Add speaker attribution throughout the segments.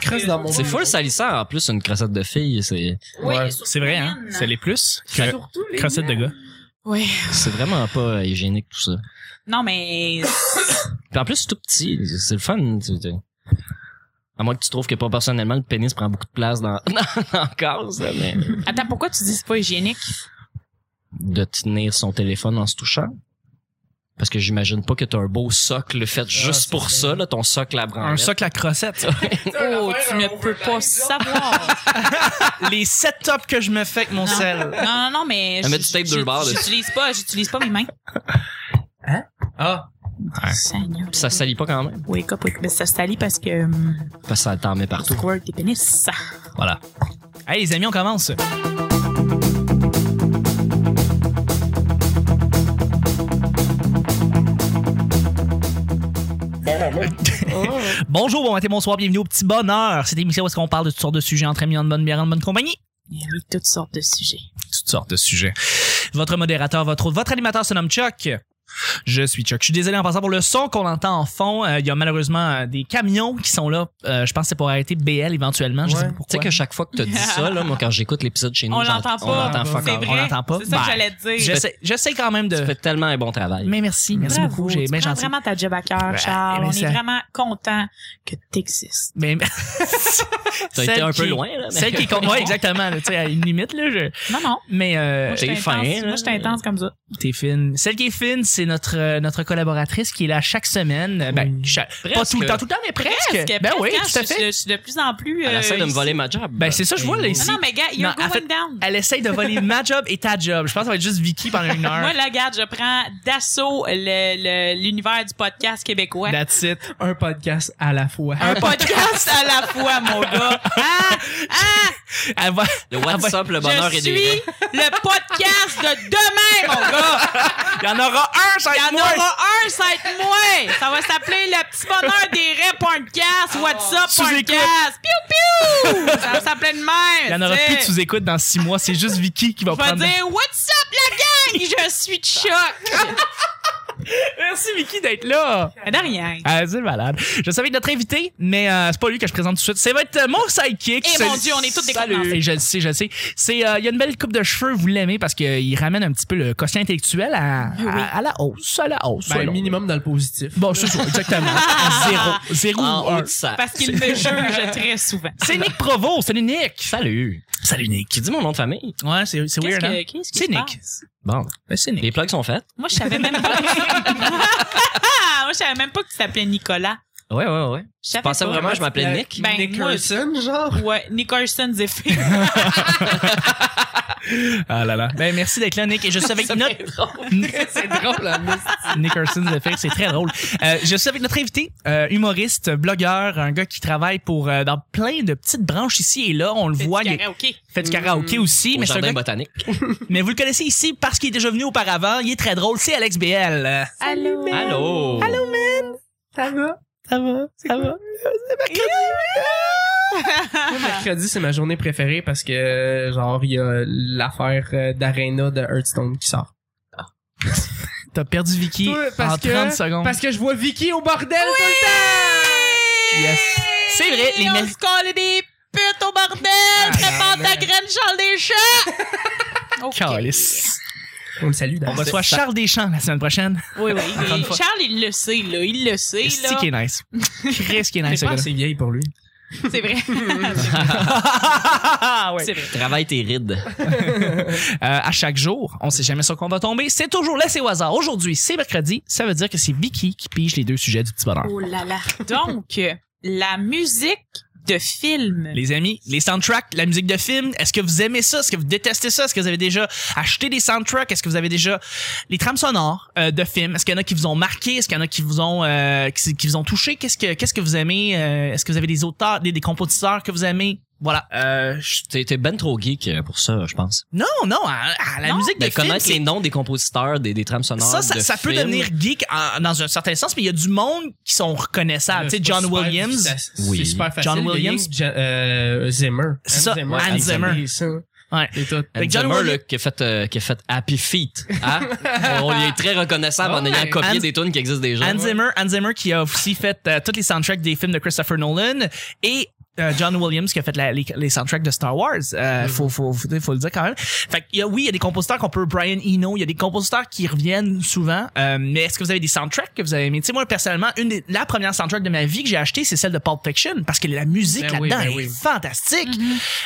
Speaker 1: cresse dans mon
Speaker 2: C'est full salissant en plus une crossette de fille, c'est
Speaker 3: Ouais,
Speaker 4: surtout
Speaker 3: c'est vrai, hein?
Speaker 4: les naines.
Speaker 3: Ça l'est plus que
Speaker 4: Surtout les
Speaker 3: crossette de
Speaker 4: naines.
Speaker 3: gars.
Speaker 4: Ouais.
Speaker 2: c'est vraiment pas euh, hygiénique tout ça.
Speaker 4: Non, mais
Speaker 2: Puis en plus c'est tout petit, c'est le fun. tu- tu- À moins que tu trouves que proportionnellement le pénis prend beaucoup de place dans dans le corps, ça, mais
Speaker 4: attends, pourquoi tu dis c'est pas hygiénique?
Speaker 2: de tenir son téléphone en se touchant. Parce que j'imagine pas que t'as un beau socle fait juste
Speaker 1: c'est
Speaker 2: pour ça, là, ton socle à branler.
Speaker 3: Ah, Un socle à crossette.
Speaker 4: Oh, tu ne peux pas savoir.
Speaker 3: les setups que je me fais avec mon sel.
Speaker 4: Non, non, non, mais.
Speaker 2: Ah, mais
Speaker 4: j-
Speaker 2: tu tapes
Speaker 4: j-
Speaker 2: deux barres dessus.
Speaker 4: J'utilise pas, j'utilise pas mes mains.
Speaker 3: Ah.
Speaker 4: Seigneur.
Speaker 2: Puis ça salit pas quand même.
Speaker 4: Wake up, wake up. Mais ça salit parce que. hum,
Speaker 2: Parce que ça t'en met partout.
Speaker 4: Squirt tes pénis.
Speaker 3: Voilà. Hey, les amis, on commence. Bonjour, bon matin, bonsoir, bienvenue au Petit Bonheur. C'est émission où est-ce qu'on parle de toutes sortes de sujets entre amis, en bonne bière, en bonne compagnie.
Speaker 4: Il y a toutes sortes de sujets.
Speaker 3: Toutes sortes de sujets. Votre modérateur, votre hôte, votre animateur se nomme Chuck. Je suis Chuck. Je suis désolé en passant pour le son qu'on entend en fond. Euh, Il y a malheureusement euh, des camions qui sont là. Euh, je pense que c'est pour arrêter BL éventuellement. Je
Speaker 1: Ouais.
Speaker 3: sais pas
Speaker 2: Tu sais
Speaker 3: pourquoi.
Speaker 2: que chaque fois que t'as dit ça, là, moi, quand j'écoute l'épisode chez nous,
Speaker 4: On
Speaker 2: j'en-
Speaker 4: l'entend
Speaker 2: On
Speaker 4: pas.
Speaker 2: l'entend fuck
Speaker 4: C'est
Speaker 2: all.
Speaker 4: vrai.
Speaker 3: on l'entend pas.
Speaker 4: C'est ça que
Speaker 3: Bye.
Speaker 4: j'allais te dire.
Speaker 3: J'essaie j'essaie quand même
Speaker 2: Tu
Speaker 3: de.
Speaker 2: fais tellement un bon travail.
Speaker 3: Mais merci, merci
Speaker 4: Bravo,
Speaker 3: beaucoup. J'ai,
Speaker 4: tu
Speaker 3: mais
Speaker 4: prends
Speaker 3: j'en suis-
Speaker 4: vraiment ta job à cœur,
Speaker 3: Ben,
Speaker 4: Charles.
Speaker 3: mais
Speaker 4: On
Speaker 3: ça-
Speaker 4: est vraiment content que t'existes.
Speaker 3: Mais
Speaker 2: T'as
Speaker 3: Celle
Speaker 2: été un
Speaker 3: qui-
Speaker 2: peu loin, là. mais-
Speaker 3: celle qui compte. Ouais, exactement. là, Tu sais, à une limite là. je-
Speaker 4: Non, non.
Speaker 3: Mais euh,
Speaker 4: Moi, je
Speaker 2: t'es
Speaker 4: suis
Speaker 2: fin,
Speaker 4: intense.
Speaker 2: là.
Speaker 4: Moi, je suis intense comme ça.
Speaker 3: t'es fine. Celle qui est fine, c'est notre euh, notre collaboratrice qui est là chaque semaine. Euh, Ben, cha- pas
Speaker 2: Presque.
Speaker 3: tout le temps, tout le temps, mais presque.
Speaker 4: Parce que
Speaker 3: ben oui,
Speaker 4: presque,
Speaker 3: tout à
Speaker 4: je- Je,
Speaker 3: fait.
Speaker 4: je suis de plus en plus.
Speaker 2: Elle
Speaker 4: euh,
Speaker 2: essaie de me
Speaker 4: ici.
Speaker 2: voler ma job.
Speaker 3: Ben c'est ça, je vois là ici.
Speaker 4: Non, non, mais gars, you're
Speaker 3: Non, en
Speaker 4: going
Speaker 3: fait,
Speaker 4: down.
Speaker 3: Elle essaye de voler ma job et ta job. Je pense que ça va être juste Vicky pendant une heure.
Speaker 4: Moi, là, regarde, je prends d'assaut le- le- l'univers du podcast québécois.
Speaker 3: That's it.
Speaker 1: Un podcast à la fois.
Speaker 4: Un podcast à la fois, mon gars. Ah, ah,
Speaker 3: Elle va-
Speaker 2: Le
Speaker 3: ben,
Speaker 2: WhatsApp, le bonheur
Speaker 4: je
Speaker 2: et
Speaker 4: suis
Speaker 2: des
Speaker 4: le podcast de demain, mon gars.
Speaker 3: Il y en aura un, ça va
Speaker 4: Il y en
Speaker 3: être moi.
Speaker 4: aura un, ça va être moi. Ça va s'appeler le petit bonheur des raies podcast,
Speaker 3: Ah,
Speaker 4: WhatsApp
Speaker 3: Sous écoute.
Speaker 4: podcast. Piou, piou. Ça va s'appeler de même.
Speaker 3: Il y en aura
Speaker 4: tu sais.
Speaker 3: plus de sous-écoute dans six mois. C'est juste Vicky qui va
Speaker 4: Je vais
Speaker 3: prendre.
Speaker 4: dire, what's up, la gang? Je suis de choc.
Speaker 3: Merci Vicky d'être là.
Speaker 4: De rien.
Speaker 3: Ah, c'est malade. Je savais que notre invité, mais euh, c'est pas lui que je présente tout de suite. C'est votre euh, mon sidekick.
Speaker 4: Eh,
Speaker 3: C'est-
Speaker 4: mon Dieu, on est tous des
Speaker 3: Salut.
Speaker 4: commensaux.
Speaker 3: Et Je le sais, je le sais. C'est, euh, il a une belle coupe de cheveux, vous l'aimez parce qu'il ramène un petit peu le quotient intellectuel à, à- à la hausse, à la hausse.
Speaker 1: Ben,
Speaker 3: selon-
Speaker 1: minimum dans le positif.
Speaker 3: Bon, c'est ça, exactement. À zéro, zéro
Speaker 2: En
Speaker 3: ou un.
Speaker 2: haut de ça.
Speaker 4: Parce qu'il me juge très souvent.
Speaker 3: C'est Nick Provo. Salut Nick.
Speaker 2: Salut.
Speaker 3: Salut Nick.
Speaker 2: Qui dit mon nom de famille?
Speaker 3: Ouais, c'est, c'est
Speaker 4: Qu'est-ce
Speaker 3: weird. hein?
Speaker 4: que, qu'est-ce qui
Speaker 3: C'est
Speaker 4: se
Speaker 3: Nick.
Speaker 4: passe?
Speaker 2: Bon.
Speaker 3: Ben, c'est Nick.
Speaker 2: Les plugs sont faites.
Speaker 4: Moi, je savais même pas. Moi, je savais même pas que tu t'appelais Nicolas.
Speaker 2: Ouais, ouais, ouais.
Speaker 4: Je
Speaker 2: Je
Speaker 4: savais
Speaker 2: pensais
Speaker 4: pas.
Speaker 2: vraiment que je m'appelais Nick.
Speaker 4: Ben,
Speaker 1: Nicholson, genre.
Speaker 4: Ouais, Nicholson Zephyr.
Speaker 3: Ah là là. Ben, merci d'être là Nick. Et je savais que notre...
Speaker 1: C'est drôle, hein, la messe.
Speaker 3: Nicholson de fait, c'est très drôle. Euh, je suis avec notre invité, euh, humoriste, blogueur, un gars qui travaille pour euh, dans plein de petites branches ici et là. On le voit, il
Speaker 4: OK.
Speaker 3: fait du karaoké aussi,
Speaker 2: Au
Speaker 3: mais, c'est un
Speaker 2: jardin
Speaker 3: gars-
Speaker 2: botanique.
Speaker 3: mais vous le connaissez ici parce qu'il est déjà venu auparavant. Il est très drôle, c'est Alex BL. Euh,
Speaker 4: Allô?
Speaker 2: Allô.
Speaker 3: Allô, man. Ça va? Ça va? Ça va? C'est mercredi.
Speaker 1: Moi, mercredi, c'est ma journée préférée parce que, euh, genre, il y a l'affaire euh, d'Arena de Hearthstone qui sort.
Speaker 3: T'as perdu Vicky
Speaker 1: Toi,
Speaker 3: en 30
Speaker 1: que,
Speaker 3: secondes.
Speaker 1: Parce que je vois Vicky au bordel tout le
Speaker 3: Yes. C'est vrai, les
Speaker 4: On
Speaker 3: mel-
Speaker 4: se colle des putes au bordel!
Speaker 2: Ah,
Speaker 4: Prépare ta graine, Charles Deschamps! OK.
Speaker 3: Calisse.
Speaker 1: temps! On le salue,
Speaker 3: On
Speaker 1: d'ailleurs.
Speaker 3: reçoit Charles Deschamps la semaine prochaine.
Speaker 4: Oui, oui.
Speaker 3: Encore une
Speaker 4: il-
Speaker 3: fois.
Speaker 4: Charles, il le sait, là. Il le sait,
Speaker 3: C'est
Speaker 4: là.
Speaker 3: qui est nice. Chris qui est nice,
Speaker 1: Je
Speaker 3: ce
Speaker 1: pense que c'est vieille pour lui.
Speaker 4: C'est vrai.
Speaker 3: gars-là. Ouais.
Speaker 4: C'est vrai.
Speaker 2: Travaille tes rides.
Speaker 3: Euh, à chaque jour. On sait jamais sur quoi on va tomber. C'est toujours laissé au hasard. Aujourd'hui, c'est mercredi. Ça veut dire que c'est Vicky qui pige les deux sujets du petit bonheur.
Speaker 4: Oh là là. Donc, euh, la musique de film.
Speaker 3: Les amis, les soundtracks, la musique de film, est-ce que vous aimez ça? Est-ce que vous détestez ça? Est-ce que vous avez déjà acheté des soundtracks? Est-ce que vous avez déjà les trames sonores euh, de films? Est-ce qu'il y en a qui vous ont marqué? Est-ce qu'il y en a qui vous ont euh, qui, qui vous ont touché? Qu'est-ce que qu'est-ce que vous aimez? Euh, est-ce que vous avez des auteurs, des, des compositeurs que vous aimez? Voilà. Euh, je-
Speaker 2: T'es t'es ben trop geek pour ça, je pense.
Speaker 3: non, non, à- à la
Speaker 4: Non,
Speaker 3: musique de
Speaker 2: Ben,
Speaker 3: film,
Speaker 2: connaître
Speaker 3: c'est-
Speaker 2: les noms des compositeurs, des, des trames sonores.
Speaker 3: ça, ça,
Speaker 2: de
Speaker 3: ça peut
Speaker 2: films.
Speaker 3: devenir geek en- dans un certain sens, mais il y a du monde qui sont
Speaker 1: Ah,
Speaker 3: reconnaissables. Tu sais, John Williams.
Speaker 1: Oui.
Speaker 2: Oui.
Speaker 1: C'est super facile.
Speaker 3: John
Speaker 1: de lire
Speaker 3: Williams.
Speaker 1: Ja- euh, Zimmer.
Speaker 3: C'est ça, Hans Zimmer.
Speaker 1: Ça.
Speaker 3: Ouais.
Speaker 1: C'est tout.
Speaker 2: Hans
Speaker 3: Avec John
Speaker 2: Zimmer,
Speaker 3: Williams-
Speaker 2: là, qui a fait, euh, qui a fait Happy Feet. Hein? On lui est très reconnaissable en
Speaker 1: Ouais.
Speaker 2: ayant copié
Speaker 3: Hans-
Speaker 2: des tunes qui existent déjà.
Speaker 3: Hans Zimmer, Hans Zimmer qui a aussi fait euh, toutes les soundtracks des films de Christopher Nolan et euh, John Williams qui a fait la- les, les soundtracks de Star Wars. Euh,
Speaker 1: Mm-hmm.
Speaker 3: faut, faut, faut, faut le dire quand même. Fait que, il y a, oui, il y a des compositeurs qu'on peut, Brian Eno, il y a des compositeurs qui reviennent souvent. Euh, mais est-ce que vous avez des soundtracks que vous avez aimés? Tu sais, moi, personnellement, une des, la première soundtrack de ma vie que j'ai achetée, c'est celle de Pulp Fiction parce que la musique
Speaker 1: Ben oui,
Speaker 3: là-dedans
Speaker 1: ben
Speaker 3: est
Speaker 1: oui.
Speaker 3: fantastique.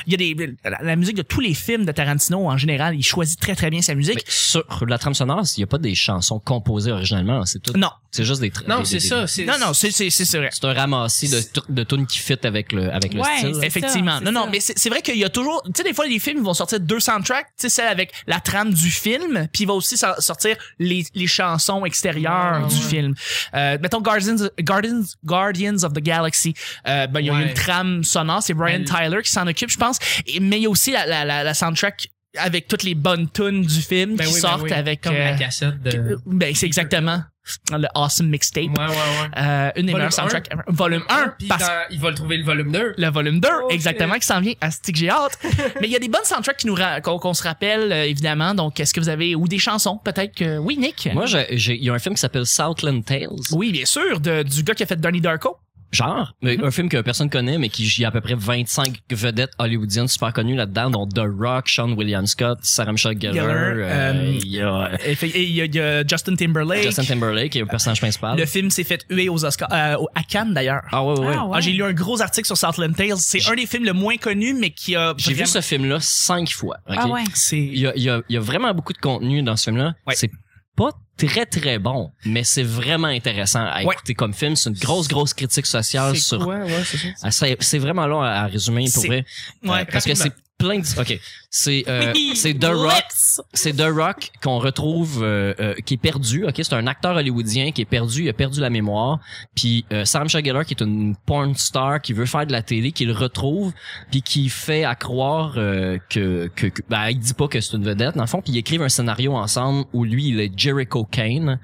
Speaker 3: Il y a des, la, la musique de tous les films de Tarantino en général, il choisit très très bien sa musique.
Speaker 2: Mais sur la trame sonore, il n'y a pas des chansons composées originalement. C'est tout.
Speaker 3: non,
Speaker 2: C'est juste des. tra-
Speaker 1: Non,
Speaker 2: des-
Speaker 1: c'est
Speaker 2: des-
Speaker 1: ça. c'est-
Speaker 3: non, non, c'est c'est c'est c'est vrai.
Speaker 2: C'est un ramassis de, tr- de tunes qui fit avec le, avec le
Speaker 4: Ouais,
Speaker 2: style.
Speaker 4: c'est-
Speaker 3: Effectivement.
Speaker 4: ça,
Speaker 3: non,
Speaker 4: c'est
Speaker 3: non,
Speaker 4: ça.
Speaker 3: mais c'est c'est vrai qu'il y a toujours, tu sais, des fois, les films ils vont sortir deux soundtracks, tu sais, celle avec la trame du film, puis il va aussi sor- sortir les, les chansons extérieures
Speaker 1: Ouais,
Speaker 3: du
Speaker 1: ouais.
Speaker 3: film. Euh, mettons Guardians, Guardians, Guardians of the Galaxy. Euh, ben, il y a eu
Speaker 1: Ouais.
Speaker 3: une trame sonore, c'est Brian
Speaker 1: Elle-
Speaker 3: Tyler qui s'en occupe, je pense. Et- mais il y a aussi la, la, la, la soundtrack avec toutes les bonnes tunes du film
Speaker 1: Ben
Speaker 3: qui
Speaker 1: oui, ben
Speaker 3: sortent
Speaker 1: oui,
Speaker 3: avec.
Speaker 1: Comme
Speaker 3: euh,
Speaker 1: la cassette de.
Speaker 3: ben, c'est exactement le Awesome Mixtape.
Speaker 1: Ouais, ouais, ouais.
Speaker 3: Euh, une des
Speaker 1: Volume
Speaker 3: meilleures soundtracks. ever. Volume 1,
Speaker 1: Puis
Speaker 3: parce
Speaker 1: dans- il va le trouver le volume 2.
Speaker 3: le volume 2,
Speaker 1: Oh,
Speaker 3: exactement,
Speaker 1: shit.
Speaker 3: qui s'en vient à Stick J'ai hâte. Mais il y a des bonnes soundtracks qui nous ra- qu'on qu'on se rappelle, euh, évidemment. Donc, est-ce que vous avez, ou des chansons, peut-être que, oui, Nick.
Speaker 2: Moi, j'ai- j'ai- il y a un film qui s'appelle Southland Tales.
Speaker 3: oui, bien sûr, de- du gars qui a fait Donnie Darko.
Speaker 2: Genre, mais un film que personne connaît, mais qui il y a à peu près 25 vedettes hollywoodiennes super connues là-dedans, dont The Rock, Sean William Scott, Sarah Michelle Gellar,
Speaker 3: Gellar,
Speaker 2: euh,
Speaker 3: euh,
Speaker 2: il y a euh,
Speaker 3: Et fait- et il y, a- il y a Justin Timberlake.
Speaker 2: Justin Timberlake, qui est le personnage principal.
Speaker 3: Le film s'est fait huer aux Oscars, euh, au- à Cannes, d'ailleurs.
Speaker 2: Ah ouais, ouais, ouais.
Speaker 4: Ah, ouais.
Speaker 3: Ah, j'ai lu un gros article sur Southland Tales. C'est un des films le moins connu, mais qui a.
Speaker 2: J'ai vu
Speaker 3: vraiment-
Speaker 2: ce film-là cinq fois. ok?
Speaker 4: Ah ouais.
Speaker 2: Il
Speaker 3: C'est.
Speaker 2: y a, il y a- il y a vraiment beaucoup de contenu dans ce film-là.
Speaker 3: Ouais.
Speaker 2: C'est pas très très bon, mais c'est vraiment intéressant à
Speaker 3: Ouais.
Speaker 2: écouter comme film. C'est une grosse grosse critique sociale
Speaker 1: C'est
Speaker 2: sur.
Speaker 1: quoi, ouais, c'est ça.
Speaker 2: Ah, C'est c'est vraiment long à, à résumer pour
Speaker 3: C'est-
Speaker 2: vrai. Euh,
Speaker 3: Ouais,
Speaker 2: parce que c'est
Speaker 1: rapidement.
Speaker 2: plein de. Ok, c'est euh, c'est The Rock, c'est The Rock qu'on retrouve euh, euh, qui est perdu. Ok, c'est un acteur hollywoodien qui est perdu, il a perdu la mémoire. Puis euh, Sam Shageller qui est une porn star qui veut faire de la télé, qui le retrouve, puis qui fait à croire euh, que que, que- ben, il dit pas que c'est une vedette dans le fond. Puis ils écrivent un scénario ensemble où lui il est Jericho Kane.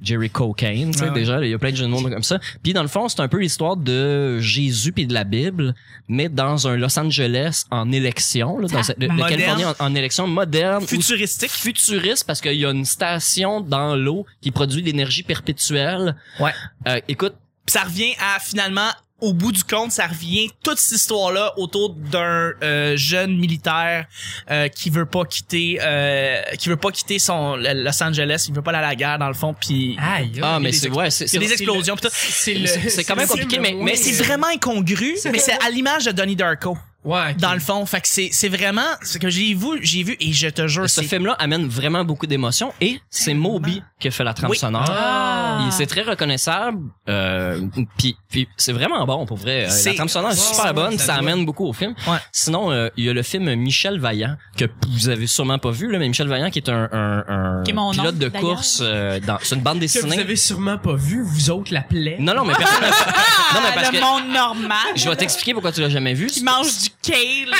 Speaker 2: Jericho Kane, tu sais,
Speaker 3: Ouais, ouais.
Speaker 2: déjà, il y a plein de jeunes noms comme ça. Puis dans le fond, c'est un peu l'histoire de Jésus puis de la Bible, mais dans un Los Angeles en élection, là, dans cette- le- le
Speaker 3: Moderne.
Speaker 2: Californie en, en élection moderne, où
Speaker 3: futuristique.
Speaker 2: futuriste parce qu'il y a une station dans l'eau qui produit de l'énergie perpétuelle.
Speaker 3: Ouais.
Speaker 2: Euh, écoute,
Speaker 3: Puis ça revient à finalement au bout du compte, ça revient toute cette histoire-là autour d'un euh, jeune militaire euh, qui veut pas quitter, euh, qui veut pas quitter son le- Los Angeles, il veut pas aller à la guerre dans le fond, puis
Speaker 1: Aïe,
Speaker 2: ah
Speaker 1: aïe.
Speaker 2: mais
Speaker 3: des
Speaker 2: c'est
Speaker 3: ex-
Speaker 2: ouais, c'est
Speaker 3: il y a des
Speaker 2: c'est-
Speaker 3: explosions. puis tout.
Speaker 1: C'est le-
Speaker 2: c'est- c'est quand même
Speaker 1: le film
Speaker 2: compliqué,
Speaker 1: le
Speaker 2: mais-
Speaker 1: moins-
Speaker 2: mais
Speaker 3: Mais c'est vraiment incongru,
Speaker 1: C'est
Speaker 3: mais c'est
Speaker 1: vraiment-
Speaker 3: à l'image de Donnie Darko
Speaker 1: Ouais, ok.
Speaker 3: dans le fond. Fait que c'est c'est vraiment ce que j'ai vu, j'ai vu et je te jure,
Speaker 2: ce
Speaker 3: c'est
Speaker 2: film-là amène vraiment beaucoup d'émotions et c'est Moby qui a fait la trame
Speaker 3: Oui.
Speaker 2: sonore.
Speaker 1: Ah.
Speaker 2: Il- C'est très reconnaissable, euh, puis puis c'est vraiment bon pour vrai. Euh,
Speaker 3: C'est-
Speaker 2: La trame sonore est
Speaker 1: Ouais,
Speaker 2: super
Speaker 1: ouais,
Speaker 2: bonne,
Speaker 1: ça
Speaker 2: ça
Speaker 1: doit.
Speaker 2: amène beaucoup au film.
Speaker 3: Ouais.
Speaker 2: Sinon, euh, il y a le film Michel Vaillant que vous avez sûrement pas vu là, mais Michel Vaillant qui est un, un- un
Speaker 4: Qui est mon
Speaker 2: pilote
Speaker 4: oncle,
Speaker 2: de
Speaker 4: d'ailleurs.
Speaker 2: course euh, dans c'est une bande
Speaker 1: Que vous
Speaker 2: dessinée.
Speaker 1: avez sûrement pas vu, vous autres, la plaie.
Speaker 2: Non non mais personne n'a- non mais parce
Speaker 4: Ah, le
Speaker 2: que
Speaker 4: monde normal
Speaker 2: je vais t'expliquer pourquoi tu l'as jamais vu.
Speaker 4: qui mange du kale.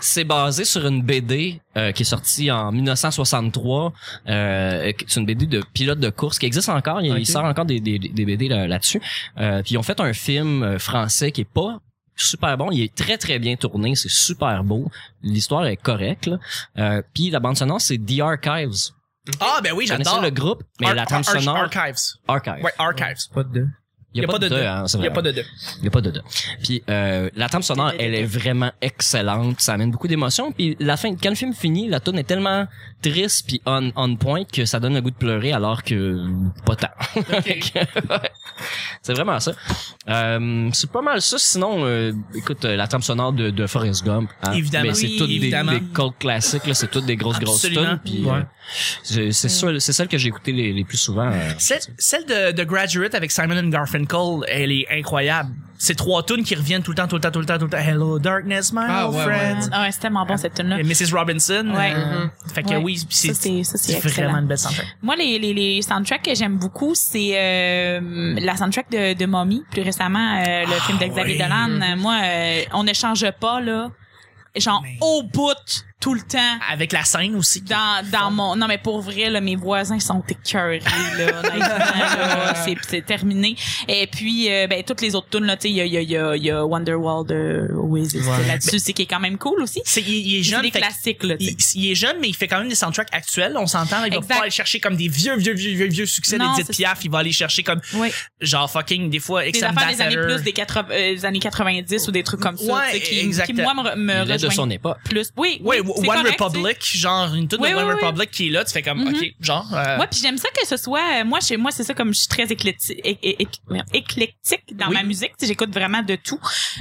Speaker 2: C'est basé sur une BD euh, qui est sortie en 1963. Euh, c'est une BD de pilote de course qui existe encore. Il, il
Speaker 1: Ok.
Speaker 2: sort encore des, des, des BD là- là-dessus. Euh, puis ils ont fait un film euh, français qui est pas super bon. Il est très très bien tourné. C'est super beau. L'histoire est correcte. là. Euh, puis la bande sonore c'est The Archives.
Speaker 3: ah ben oui,
Speaker 2: Vous connaissez
Speaker 3: j'adore.
Speaker 2: le groupe, mais
Speaker 3: Ar-
Speaker 2: la trame
Speaker 3: Ar-
Speaker 2: sonore
Speaker 3: Archives.
Speaker 2: Archives.
Speaker 3: Ouais, Archives.
Speaker 1: Pas de.
Speaker 2: Il y a, pas de deux. hein, c'est
Speaker 3: Il y a
Speaker 2: vrai.
Speaker 3: pas de deux.
Speaker 2: Il n'y a pas de deux. Puis euh, la trame sonore, elle est vraiment excellente. Ça amène beaucoup d'émotions. Puis la fin, quand le film finit, la tune est tellement triste puis on, on point que ça donne le goût de pleurer alors que euh, pas tant. Ouais. c'est vraiment ça. Euh, c'est pas mal ça. Sinon, euh, écoute, euh, la trame sonore de, de Forrest Gump. hein,
Speaker 3: Évidemment.
Speaker 2: Mais c'est
Speaker 4: Oui,
Speaker 2: toutes des-
Speaker 3: évidemment.
Speaker 2: des, cult classiques. là. C'est toutes des grosses,
Speaker 3: Absolument.
Speaker 2: grosses tunes. Puis,
Speaker 1: Ouais.
Speaker 2: euh, c'est- c'est ça- c'est celle que j'ai écoutée les, les plus souvent. euh,
Speaker 3: Celle, celle de, de Graduate avec Simon and Garfunkel, elle est incroyable. C'est trois tunes qui reviennent tout le temps, tout le temps, tout le temps, tout le temps. Hello darkness, my
Speaker 1: Ah,
Speaker 3: old
Speaker 1: ouais,
Speaker 3: friend.
Speaker 4: Ah ouais, c'est tellement bon cette tune là.
Speaker 3: Et Mrs. Robinson.
Speaker 4: Ouais.
Speaker 3: euh,
Speaker 1: Mm-hmm.
Speaker 3: fait que
Speaker 4: Ouais.
Speaker 3: oui, c'est
Speaker 4: Ça, c'est- ça, c'est
Speaker 3: c'est
Speaker 4: excellent.
Speaker 3: vraiment une belle soundtrack.
Speaker 4: Moi, les, les, les soundtracks que j'aime beaucoup, c'est euh, la soundtrack de, de Mommy, plus récemment, euh, le
Speaker 3: Ah,
Speaker 4: film de Xavier
Speaker 3: oui.
Speaker 4: Dolan. Moi, euh, on ne change pas, là. Genre,
Speaker 3: Mais-
Speaker 4: au bout, tout le temps.
Speaker 3: Avec la scène aussi.
Speaker 4: Dans, dans mon, non, mais pour vrai, là, mes voisins sont écœurés, là, honnêtement, là, c'est, c'est terminé. Et puis, euh, ben, toutes les autres tunes, là, tu sais, il y a, il y a- il y a, il y a Wonderwall de Oasis
Speaker 1: Ouais.
Speaker 4: là-dessus, c'est qui est quand même cool aussi.
Speaker 3: C'est, il, il est
Speaker 4: C'est
Speaker 3: jeune.
Speaker 4: des
Speaker 3: fait que-
Speaker 4: classiques, là, tu sais.
Speaker 3: il, il est jeune, mais il fait quand même des soundtracks actuels. On s'entend. Il va
Speaker 4: Exact.
Speaker 3: pas aller chercher comme des vieux, vieux, vieux, vieux, vieux succès
Speaker 4: Non,
Speaker 3: d'Edith
Speaker 4: c'est
Speaker 3: Piaf. Il va aller chercher comme,
Speaker 4: Oui.
Speaker 3: genre, fucking, des fois,
Speaker 4: Des
Speaker 3: Ex
Speaker 4: affaires des années
Speaker 3: Ambassador.
Speaker 4: plus, des, 80, euh, des années 90 ou des trucs comme ça,
Speaker 3: Ouais,
Speaker 4: tu sais, qui, qui,
Speaker 3: exact.
Speaker 4: moi, me, re- me
Speaker 2: Il est de
Speaker 4: rejoignent
Speaker 2: son époque.
Speaker 4: plus. Oui,
Speaker 3: Ouais,
Speaker 4: oui,
Speaker 3: One
Speaker 4: c'est correct,
Speaker 3: Republic, genre, une toute
Speaker 4: Oui,
Speaker 3: de One
Speaker 4: oui, oui.
Speaker 3: Republic qui est là. Tu fais comme,
Speaker 4: Mhm.
Speaker 3: OK, genre, euh,
Speaker 4: Ouais, puis j'aime ça que ce soit euh, moi chez moi c'est ça comme je suis très éclecti- é- é- é- merde, éclectique dans
Speaker 3: Oui.
Speaker 4: ma musique, Tu sais, j'écoute vraiment de tout.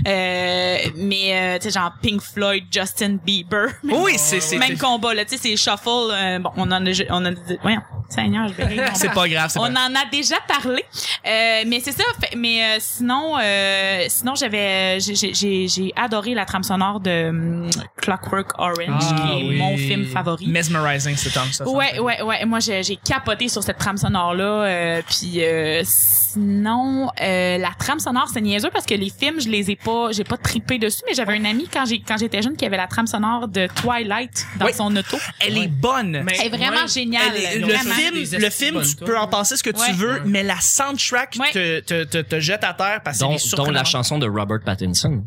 Speaker 4: Euh, mais euh, tu sais genre Pink Floyd, Justin Bieber,
Speaker 3: Oui, c'est, c'est,
Speaker 4: même combat là, tu sais c'est shuffle euh, bon, on en a on en a voyons, Seigneur, je vais rire,
Speaker 3: c'est- c'est pas grave. C'est
Speaker 4: on
Speaker 3: pas grave.
Speaker 4: en a déjà parlé, Euh, mais c'est ça. Fait- mais euh, sinon, euh, sinon j'avais, euh, j'ai- j'ai- j'ai j'ai adoré la trame sonore de hum, Clockwork Orange,
Speaker 1: Ah
Speaker 4: qui est
Speaker 1: oui.
Speaker 4: mon film favori.
Speaker 3: Mesmerizing, c'est homme, ça.
Speaker 4: Ouais, ouais, ouais. Moi, j'ai j'ai capoté sur cette trame sonore-là. euh, puis euh, sinon, euh, la trame sonore, c'est niaiseux parce que les films, je les ai pas, j'ai pas trippé dessus, mais j'avais un ami quand j'ai quand j'étais jeune qui avait la trame sonore de Twilight dans
Speaker 3: Oui.
Speaker 4: son auto.
Speaker 3: Elle est bonne.
Speaker 1: Mais-
Speaker 4: Elle est vraiment
Speaker 1: Eh, Ouais.
Speaker 4: géniale.
Speaker 3: Elle est-
Speaker 1: ils ont
Speaker 3: le
Speaker 4: vraiment.
Speaker 1: fait
Speaker 3: film,
Speaker 1: des
Speaker 3: le
Speaker 1: estis
Speaker 3: film,
Speaker 1: bonnes
Speaker 3: tu
Speaker 1: tunes.
Speaker 3: peux en penser ce que tu
Speaker 4: Ouais.
Speaker 3: veux,
Speaker 1: Ouais.
Speaker 3: mais la soundtrack
Speaker 4: Ouais.
Speaker 3: te, te, te, te jette à terre parce que
Speaker 2: Dont,
Speaker 3: c'est des
Speaker 2: dont la
Speaker 3: surprenants.
Speaker 2: chanson de Robert Pattinson.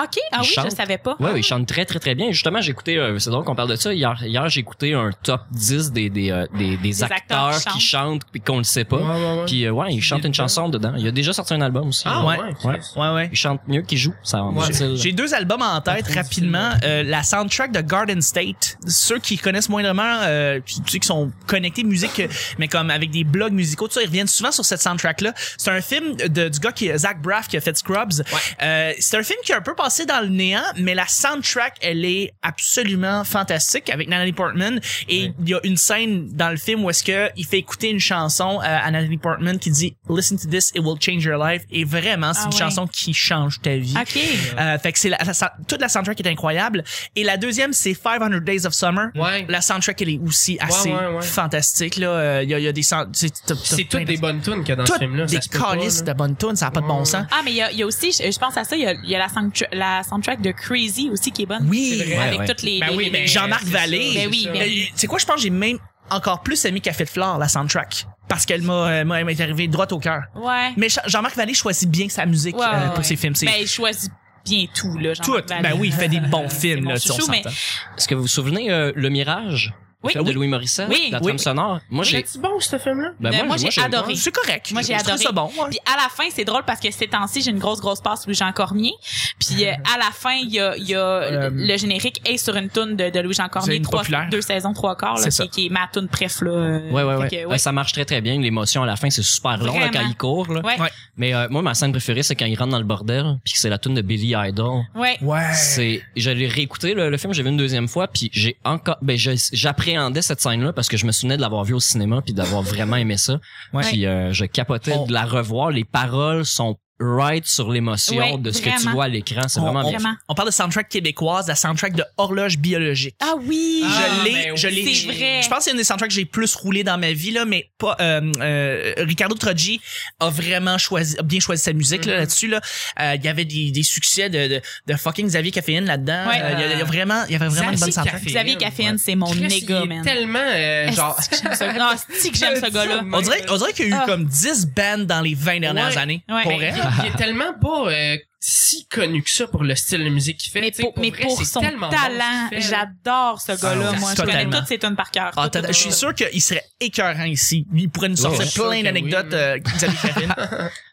Speaker 4: Ok, ah
Speaker 2: Il
Speaker 4: oui, je
Speaker 2: chante.
Speaker 4: le savais pas.
Speaker 2: Ouais, ouais, il chante très, très, très bien. Justement, j'ai écouté, euh, c'est drôle qu'on parle de ça. Hier, hier j'ai écouté un top 10 des, des, euh, des, des acteurs,
Speaker 4: acteurs
Speaker 2: qui chantent puis qu'on le sait pas.
Speaker 1: Ouais, ouais, ouais.
Speaker 2: Puis, euh, ouais, il chante une chanson dedans. Il a déjà sorti un album aussi.
Speaker 1: Ah,
Speaker 3: euh, ouais.
Speaker 1: ouais.
Speaker 3: Ouais, ouais.
Speaker 2: Il chante mieux qu'il joue. Ça,
Speaker 1: Ouais.
Speaker 2: style.
Speaker 3: J'ai deux albums en tête
Speaker 1: trop
Speaker 3: rapidement. Euh, la soundtrack de Garden State. Ceux qui connaissent moindrement, euh, puis tu sais, qui sont connectés musique, euh, mais comme avec des blogs musicaux, tout ça, ils reviennent souvent sur cette soundtrack-là. C'est un film de, du gars qui est Zach Braff qui a fait Scrubs. Euh, c'est un film qui est un peu passé dans le néant, mais la soundtrack, elle est absolument fantastique avec Natalie Portman. Et il y a une scène dans le film où est-ce que il fait écouter une chanson euh, à Natalie Portman qui dit Listen to this, it will change your life. Et vraiment, c'est
Speaker 4: Ah
Speaker 3: une
Speaker 4: ouais.
Speaker 3: chanson qui change ta vie.
Speaker 4: Ok.
Speaker 3: Euh, fait que c'est la, la- toute la soundtrack est incroyable. Et la deuxième, c'est 500 Days of Summer.
Speaker 1: Ouais.
Speaker 3: La soundtrack, elle est aussi assez
Speaker 1: ouais, ouais.
Speaker 3: fantastique. Là, Euh, il y a, il y a des sound- c'est t'as- t'as
Speaker 1: C'est
Speaker 3: plein
Speaker 1: toutes
Speaker 3: de-
Speaker 1: des bonnes tunes qu'il y a dans ce
Speaker 3: toutes
Speaker 1: film-là.
Speaker 3: des
Speaker 1: ça se peut pas,
Speaker 3: calices de
Speaker 1: là. Ben
Speaker 3: bonnes tunes, ça n'a pas de bon
Speaker 1: Ouais.
Speaker 3: sens.
Speaker 4: Ah, mais il y a, il y a aussi, je, je pense à ça, il y a, il y a la, soundtra- la soundtrack de Crazy aussi qui est bonne.
Speaker 3: Oui.
Speaker 1: c'est vrai.
Speaker 4: Avec
Speaker 2: Ouais, ouais.
Speaker 4: toutes les.
Speaker 1: Ben
Speaker 4: les-
Speaker 1: oui,
Speaker 4: les-
Speaker 1: mais
Speaker 3: Jean-Marc
Speaker 1: c'est
Speaker 3: Vallée.
Speaker 1: ça,
Speaker 4: Ben
Speaker 1: c'est
Speaker 4: oui,
Speaker 1: ça.
Speaker 4: ben oui.
Speaker 3: Euh, C'est quoi, je pense, que j'ai même encore plus aimé Café de Flore, la soundtrack. Parce qu'elle m'a, euh, m'a- elle m'est arrivée droite au cœur.
Speaker 4: Ouais.
Speaker 3: Mais Jean- Jean-Marc Vallée choisit bien sa musique
Speaker 4: Ouais,
Speaker 3: euh,
Speaker 4: ouais,
Speaker 3: pour
Speaker 4: ouais.
Speaker 3: ses films. C'est
Speaker 4: Ben, il choisit bien tout, là.
Speaker 3: tout.
Speaker 4: Jean-Marc Vallée. euh,
Speaker 3: Ben oui, il fait des bons films,
Speaker 4: mon
Speaker 3: là, tu sais, on
Speaker 4: chouchou, mais-
Speaker 3: s'entend.
Speaker 2: Est-ce que vous vous souvenez euh, Le Mirage?
Speaker 4: Oui.
Speaker 2: Le film de Louis Morissette?
Speaker 4: Oui.
Speaker 2: La
Speaker 4: Oui.
Speaker 2: trame sonore? Moi, j'ai...
Speaker 1: C'est bon, ce film-là.
Speaker 2: ben,
Speaker 4: Mais moi, j'ai adoré.
Speaker 3: C'est correct.
Speaker 4: Moi, j'ai
Speaker 3: Je trouve
Speaker 4: adoré.
Speaker 3: ça bon. ouais.
Speaker 4: Puis à la fin, c'est drôle parce que ces temps-ci, j'ai une grosse, grosse passe Louis-Jean Cormier. Puis euh, à la fin, il y a, il y a
Speaker 3: Euh,
Speaker 4: le générique est sur une toune de, de Louis-Jean Cormier,
Speaker 3: une
Speaker 4: trois,
Speaker 3: populaire.
Speaker 4: deux saisons, trois quarts, là,
Speaker 3: C'est ça.
Speaker 4: qui, qui est ma toune préf. Là. euh,
Speaker 2: Ouais, ouais, ouais.
Speaker 4: fait que,
Speaker 3: Ah,
Speaker 2: Ouais, Ça marche très, très bien. L'émotion à la fin, c'est super long là, quand
Speaker 4: Vraiment.
Speaker 2: il court. Là.
Speaker 4: Ouais.
Speaker 3: Ouais.
Speaker 2: Mais euh, moi, ma scène préférée, c'est quand il rentre dans le bordel, puis que c'est la tune de Billy Idol.
Speaker 4: Ouais.
Speaker 3: Ouais.
Speaker 2: C'est, j'allais réécouter le, le film, j'ai vu une deuxième fois, puis j'ai encore, ben je- j'appréhendais cette scène-là parce que je me souvenais de l'avoir vue au cinéma puis d'avoir vraiment aimé ça.
Speaker 3: Ouais.
Speaker 2: Puis euh, je capotais
Speaker 3: On-
Speaker 2: de la revoir. Les paroles sont right sur l'émotion
Speaker 4: Ouais,
Speaker 2: de ce que tu
Speaker 4: vraiment.
Speaker 2: vois à l'écran. C'est
Speaker 3: On-
Speaker 2: vraiment
Speaker 3: on,
Speaker 2: bien.
Speaker 4: Vraiment.
Speaker 3: on parle de soundtrack québécoise, la soundtrack de Horloge biologique.
Speaker 4: Ah oui!
Speaker 1: Ah,
Speaker 3: je l'ai,
Speaker 1: ben
Speaker 3: je
Speaker 1: oui.
Speaker 3: l'ai.
Speaker 4: C'est vrai.
Speaker 3: Je pense que c'est une des soundtracks que j'ai plus roulé dans ma vie là, mais pas. euh, euh, Ricardo Troggi a vraiment choisi, a bien choisi sa musique là,
Speaker 4: Mm-hmm.
Speaker 1: Mhm.
Speaker 3: là-dessus là. Euh, il y avait des, des succès de, de, de fucking Xavier Caféine là-dedans.
Speaker 4: Ouais.
Speaker 3: Euh, il, y a, il y a vraiment, il y avait vraiment une bonne
Speaker 1: Xavier
Speaker 3: soundtrack.
Speaker 1: Caféine.
Speaker 4: Xavier Caffeine, c'est mon
Speaker 1: Chris,
Speaker 4: néga,
Speaker 1: il est
Speaker 4: man.
Speaker 1: tellement, euh, genre...
Speaker 4: Est-ce que j'aime ce- Non, c'est que j'aime ce gars-là.
Speaker 3: On dirait, on dirait qu'il y a eu
Speaker 4: Ah.
Speaker 3: comme 10 bands dans les 20 dernières
Speaker 1: Ouais.
Speaker 3: années.
Speaker 4: Ouais.
Speaker 3: Pour
Speaker 1: Mais
Speaker 3: vrai.
Speaker 1: Il, il est tellement pas euh, si connu que ça pour le style de musique qu'il fait.
Speaker 4: Mais
Speaker 1: tu sais,
Speaker 4: pour, mais
Speaker 1: vrai,
Speaker 4: pour
Speaker 1: c'est
Speaker 4: son
Speaker 1: tellement bon
Speaker 4: talent,
Speaker 1: ce qu'il fait.
Speaker 4: j'adore ce gars-là.
Speaker 3: Ah,
Speaker 4: moi, je
Speaker 3: totalement.
Speaker 4: connais toutes ses tunes par cœur.
Speaker 3: Ah,
Speaker 4: Toutes,
Speaker 3: t'as-
Speaker 4: toutes,
Speaker 3: je suis
Speaker 4: toutes.
Speaker 3: sûr qu'il serait écœurant ici. Il pourrait nous
Speaker 2: Ouais,
Speaker 3: sortir
Speaker 2: je
Speaker 1: suis
Speaker 3: plein
Speaker 1: sûr que
Speaker 3: d'anecdotes
Speaker 1: oui.
Speaker 3: euh, Xavier Caféine.